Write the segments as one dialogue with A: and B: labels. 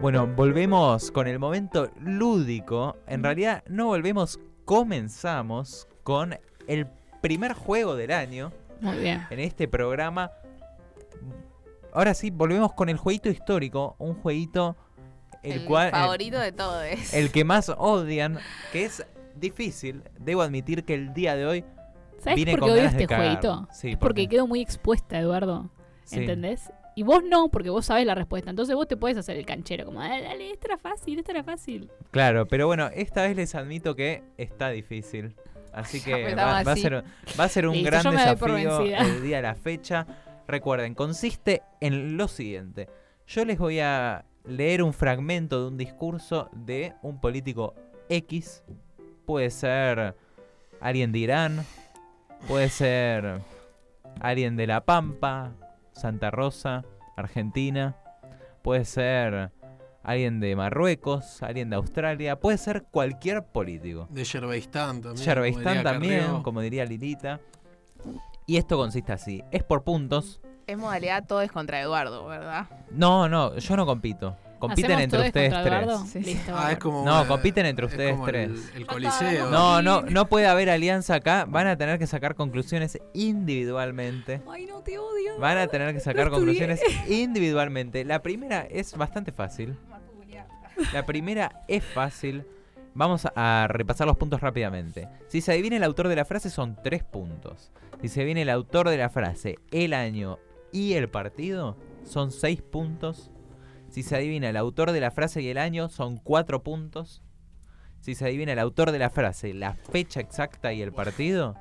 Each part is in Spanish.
A: Bueno, volvemos con el momento lúdico. En realidad no volvemos, comenzamos con el primer juego del año
B: Muy bien.
A: en este programa. Ahora sí, volvemos con el jueguito histórico, un jueguito el, cual el-
C: favorito de todos. es
A: el que más odian, que es difícil. Debo admitir que el día de hoy
B: ¿Sabes
A: Vine
B: por qué
A: con
B: odio
A: ganas de
B: este
A: cagar.
B: jueguito?
A: Sí,
B: es
A: ¿por
B: porque
A: qué?
B: quedo muy expuesta, Eduardo.
A: sí,
B: ¿Entendés? Y vos no, porque vos sabés la respuesta. Entonces vos te puedes hacer el canchero, como, "Ah, dale, esta era fácil, esta era fácil.
A: Claro, pero bueno, esta vez les admito que está difícil. Así que
C: apretaba
A: va, va a
C: así.
A: ser, va a ser un
B: Listo,
A: gran
B: yo me doy por
A: desafío
B: vencida.
A: el día de la fecha. Recuerden, consiste en lo siguiente. Yo les voy a leer un fragmento de un discurso de un político X. Puede ser alguien de Irán, puede ser alguien de La Pampa, Santa Rosa, Argentina, puede ser alguien de Marruecos, alguien de Australia, puede ser cualquier político.
D: De Yerbeistán también.
A: Yerbeistán
D: como diría
A: también,
D: Carrió.
A: como diría Lilita. Y esto consiste así, es por puntos.
C: Es modalidad todo es contra Eduardo, ¿verdad?
A: No, no, yo no compito. Compiten
B: ¿Hacemos
A: entre
B: todes
A: ustedes
B: contra
A: tres.
B: Eduardo?
C: Sí, sí.
B: Listo.
D: Ah, es como
A: No,
D: una-
A: compiten entre
D: es
A: ustedes
D: como el-
A: tres.
D: El, coliseo.
A: No, no, no puede haber alianza acá. Van a tener que sacar conclusiones individualmente.
B: Ay, no te odio.
A: Van a tener que sacar
B: estudié.
A: conclusiones individualmente. La primera es bastante fácil. La primera es fácil. Vamos a repasar los puntos rápidamente. Si se adivina el autor de la frase son tres puntos. Si se adivina el autor de la frase, el año y el partido son seis puntos. Si se adivina el autor de la frase y el año son cuatro puntos. Si se adivina el autor de la frase, la fecha exacta y el partido,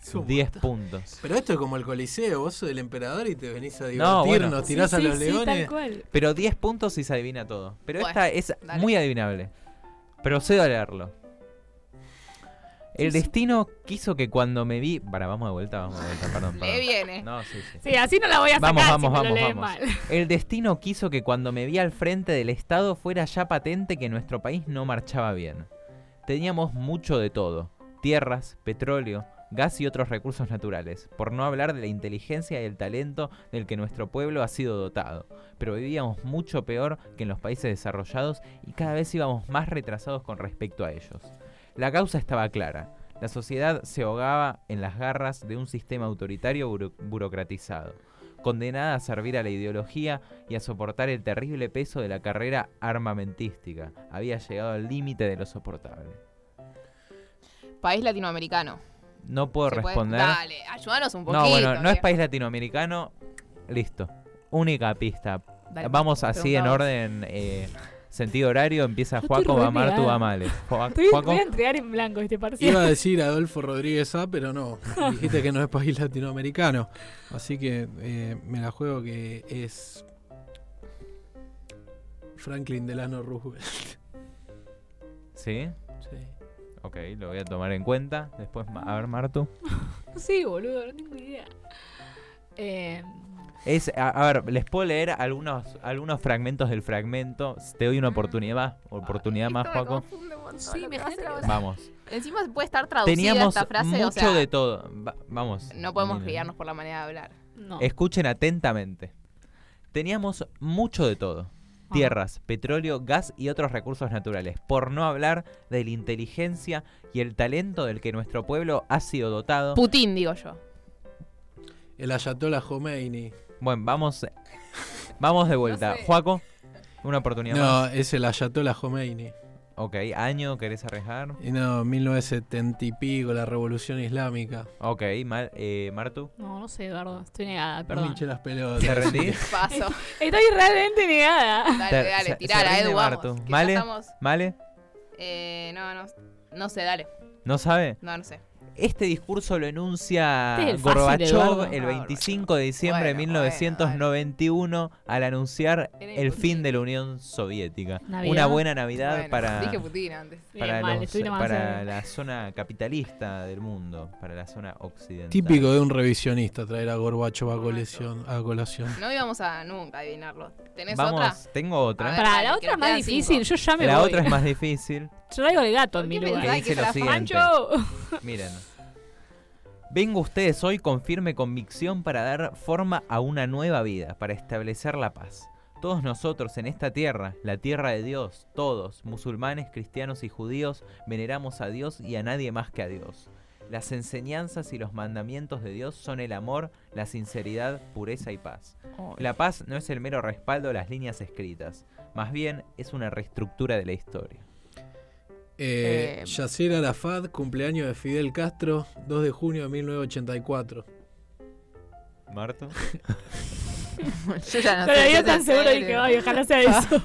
D: Es un
A: 10
D: montón.
A: puntos.
D: Pero esto es como el coliseo, vos sos el emperador y te venís a divertir,
A: No, bueno.
D: nos tirás a los leones.
B: tal cual.
A: Pero 10 puntos si se adivina todo. Pero
C: Bueno,
A: esta es
C: dale.
A: muy adivinable. Procedo a leerlo. El
B: Sí, sí.
A: destino quiso que cuando me vi. Para, vamos de vuelta, vamos de vuelta, perdón.
C: Le
A: perdón.
C: viene.
A: No, sí, sí.
B: Sí, así no la voy a sacar
A: Vamos,
B: si
A: vamos,
B: me lo
A: vamos,
B: leen
A: vamos.
B: mal.
A: El destino quiso que cuando me vi al frente del Estado fuera ya patente que nuestro país no marchaba bien. Teníamos mucho de todo, tierras, petróleo, gas y otros recursos naturales, por no hablar de la inteligencia y el talento del que nuestro pueblo ha sido dotado, pero vivíamos mucho peor que en los países desarrollados y cada vez íbamos más retrasados con respecto a ellos. La causa estaba clara. La sociedad se ahogaba en las garras de un sistema autoritario buro- burocratizado, condenada a servir a la ideología y a soportar el terrible peso de la carrera armamentística. Había llegado al límite de lo soportable.
C: País latinoamericano.
A: No puedo
C: ¿Se puede?
A: responder.
C: Dale, ayúdanos un poquito. eh.
A: no, bueno, no es
C: viejo.
A: país latinoamericano. Listo. Única pista.
C: Dale,
A: Vamos así en
C: preguntamos.
A: orden. eh, sentido horario. Empieza
B: Yo
A: Juaco,
B: estoy re
A: va Martu,
B: negada.
A: va Male. Jua-
B: Estoy,
A: Juaco.
B: voy a entregar en blanco este parcial.
D: Iba a decir Adolfo Rodríguez A, pero no. Dijiste que no es país latinoamericano. Así que eh, me la juego que es. Franklin Delano Roosevelt.
A: Sí,
D: Sí.
A: ok, lo voy a tomar en cuenta. Después, ma- a ver, Martu.
B: No sé, boludo, no tengo idea. Eh,
A: Es, a, a ver, les puedo leer algunos, algunos fragmentos del fragmento. Te doy una oportunidad más, oportunidad más,
C: Ah, Esto me
A: Juaco.
C: confunde un montón,
B: Sí,
C: lo que
B: me
C: va a hacer
B: genera-
C: ahora.
A: Vamos.
C: Encima puede estar traducida
A: Teníamos
C: esta frase,
A: mucho
C: o sea,
A: de todo. Va- vamos.
C: no podemos
A: Mila.
C: guiarnos por la manera de hablar.
B: no.
A: Escuchen atentamente. Teníamos mucho de todo.
B: Ajá.
A: Tierras, petróleo, gas y otros recursos naturales, por no hablar de la inteligencia y el talento del que nuestro pueblo ha sido dotado.
C: Putin, digo yo.
D: El Ayatollah Khomeini.
A: Bueno, vamos, vamos de vuelta.
C: sé.
A: Juaco, una oportunidad más.
D: No, es el Ayatollah Khomeini.
A: Ok, año, ¿querés arriesgar?
D: Y no, 1970 y pico, la revolución islámica.
A: Ok, mal, eh, Martu.
B: No, no sé, Eduardo. Estoy negada, perdón.
D: Pinche las
A: ¿Te
D: pelotas.
A: rendís?
C: Paso.
B: Estoy realmente negada.
C: Dale,
A: Se-
C: dale,
A: se-
C: tirar
A: se
C: a
A: rinde
C: Edu, vamos.
A: Martu.
C: que ya
A: ¿Vale?
C: estamos-
A: ¿Vale?
C: eh, no, no, no sé, dale.
A: ¿No sabe?
C: No, no sé.
A: Este discurso lo enuncia
B: Este es el fácil, Eduardo.
A: Gorbachev el
C: Ah,
A: 25 de diciembre de
C: Bueno, bueno,
A: 1991 al anunciar
C: Era
A: el fin
C: imposible.
A: de la Unión Soviética.
B: Navidad.
A: Una buena Navidad
C: Bueno,
A: para,
C: Dije Putin antes.
A: para,
B: Bien, mal,
A: los-
B: estoy nomás
A: para
B: a-
A: la zona capitalista del mundo, para la zona occidental.
D: Típico de un revisionista traer a Gorbacho a colación. A colación.
C: No íbamos a nunca adivinarlo. ¿Tenés otra?
A: Vamos, tengo
C: A
A: otra.
C: ver,
B: Para
C: dale,
B: Ah, la
C: que
B: otra
C: nos
B: es más
C: quedan
B: difícil, yo ya me
A: La
B: voy.
A: otra es más difícil.
B: Traigo el gato
C: ¿Por
B: en mi
C: qué
B: lugar.
C: pensás
A: Que dice
C: se
A: lo
C: la
A: siguiente.
B: Pancho.
A: Miren. Vengo a ustedes hoy con firme convicción para dar forma a una nueva vida, para establecer la paz. Todos nosotros en esta tierra, la tierra de Dios, todos, musulmanes, cristianos y judíos, veneramos a Dios y a nadie más que a Dios. Las enseñanzas y los mandamientos de Dios son el amor, la sinceridad, pureza y paz. La paz no es el mero respaldo a las líneas escritas, más bien es una reestructura de la historia.
D: Eh,
C: Eh,
D: Yasser Arafat, cumpleaños de Fidel Castro, 2 de junio de 1984.
A: ¿Marto?
C: Yo ya no
B: Pero
C: sé
B: yo
C: qué
B: tan
C: hacer.
B: seguro dije, ay, ojalá sea eso.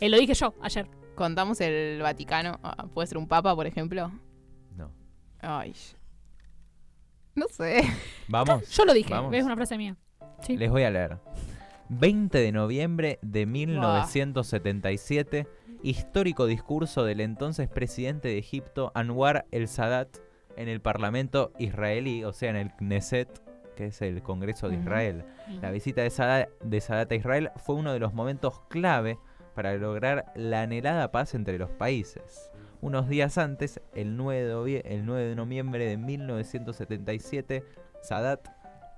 B: Eh, lo dije yo ayer.
C: Contamos el Vaticano. Ah, ¿Puede ser un papa, por ejemplo?
A: No.
C: Ay. No sé.
A: Vamos,
B: Yo lo dije,
A: Vamos.
B: es una frase mía. Sí.
A: les voy a leer. 20 de noviembre de 1977, histórico discurso del entonces presidente de Egipto, Anwar el Sadat, en el Parlamento israelí, o sea, en el Knesset, que es el Congreso de
C: Ujú.
A: Israel. La visita de Sada- de Sadat a Israel fue uno de los momentos clave para lograr la anhelada paz entre los países. Unos días antes, el 9 de, novie- el 9 de noviembre de 1977, Sadat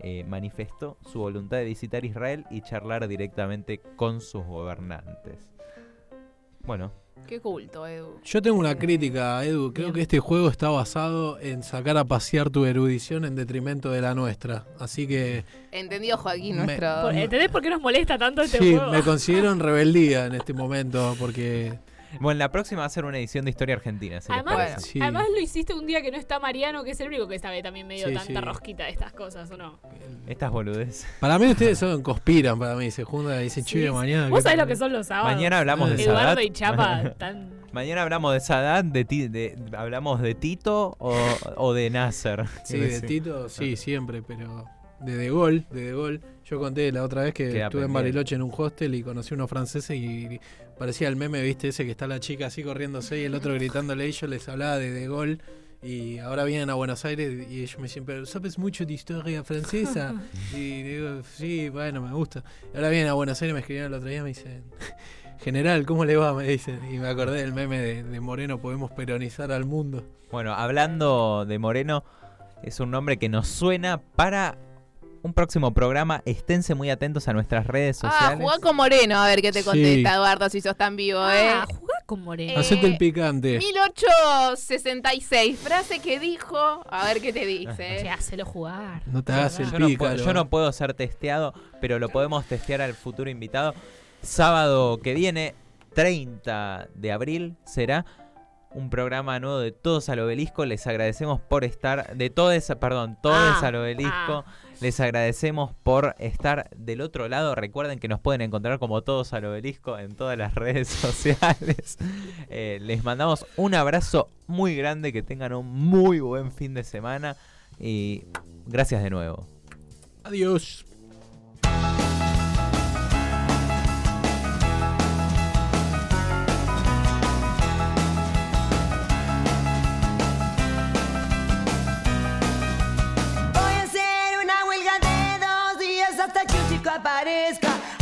A: eh, manifestó su voluntad de visitar Israel y charlar directamente con sus gobernantes. Bueno,
C: Qué culto, Edu.
D: Yo tengo una crítica, Edu. Creo
B: Bien.
D: que este juego está basado en sacar a pasear tu erudición en detrimento de la nuestra. Así que
C: Entendido, Joaquín,
D: Me-
C: nuestro.
B: Por- ¿Entendés por qué nos molesta tanto este
D: sí,
B: juego?
D: me considero en rebeldía en este momento porque
A: bueno la próxima va a ser una edición de Historia Argentina. si les
B: Además,
A: parece.
D: sí,
B: Además lo hiciste un día que no está Mariano, que es el único que sabe también medio
D: Sí,
B: tanta
D: sí.
B: rosquita de estas cosas, ¿o no?
A: Estas boludeces.
D: para mí ustedes son conspiran para mí, se juntan y dicen,
B: Sí,
D: "Che,
B: sí.
D: mañana
B: Vos
D: ¿qué
B: sabés lo
D: tal?".
B: que son los sábados.
A: Mañana hablamos de
B: Eduardo
A: Sadat.
B: y Chapa tan...
A: Mañana hablamos de Sadat, de, ti- de- hablamos de Tito o, o de Nasser.
D: Sí, de Tito, sí, siempre, pero de De Gol, de De Gol. Yo conté la otra vez que
A: Queda
D: estuve en
A: pendiente.
D: Bariloche en un hostel y conocí unos franceses y parecía el meme, viste, ese que está la chica así corriéndose y el otro gritándole y yo les hablaba de De Gol y ahora vienen a Buenos Aires y ellos me dicen, pero ¿sabes mucho de historia francesa? Y digo, sí, bueno, me gusta. Y ahora vienen a Buenos Aires, me escribieron el otro día y me dicen, general, ¿cómo le va? Me dicen, y me acordé del meme de, de Moreno, podemos peronizar al mundo.
A: Bueno, hablando de Moreno, es un nombre que nos suena para un próximo programa. Esténse muy atentos a nuestras redes
C: Ah,
A: sociales.
C: jugá con Moreno, a ver qué te
D: Sí.
C: contesta, Eduardo, si sos tan vivo, ¿eh?
B: Ah, jugá con Moreno.
C: Eh,
D: Hacete el picante.
C: 1866, frase que dijo, a ver qué te
B: Che,
C: dice.
B: hacelo jugar.
D: No te hagas el
A: yo, no pu-
D: pícaro.
A: yo no puedo ser testeado, pero lo podemos testear al futuro invitado. Sábado que viene, 30 de abril, será un programa nuevo de Todos al Obelisco. Les agradecemos por estar, de todos, perdón, Todos
B: Ah,
A: al Obelisco. Les agradecemos por estar del otro lado. Recuerden que nos pueden encontrar como Todos al Obelisco en todas las redes sociales. Eh, les mandamos un abrazo muy grande, que tengan un muy buen fin de semana y gracias de nuevo.
D: Adiós.
E: Voy a hacer una huelga de dos días hasta que un chico aparezca.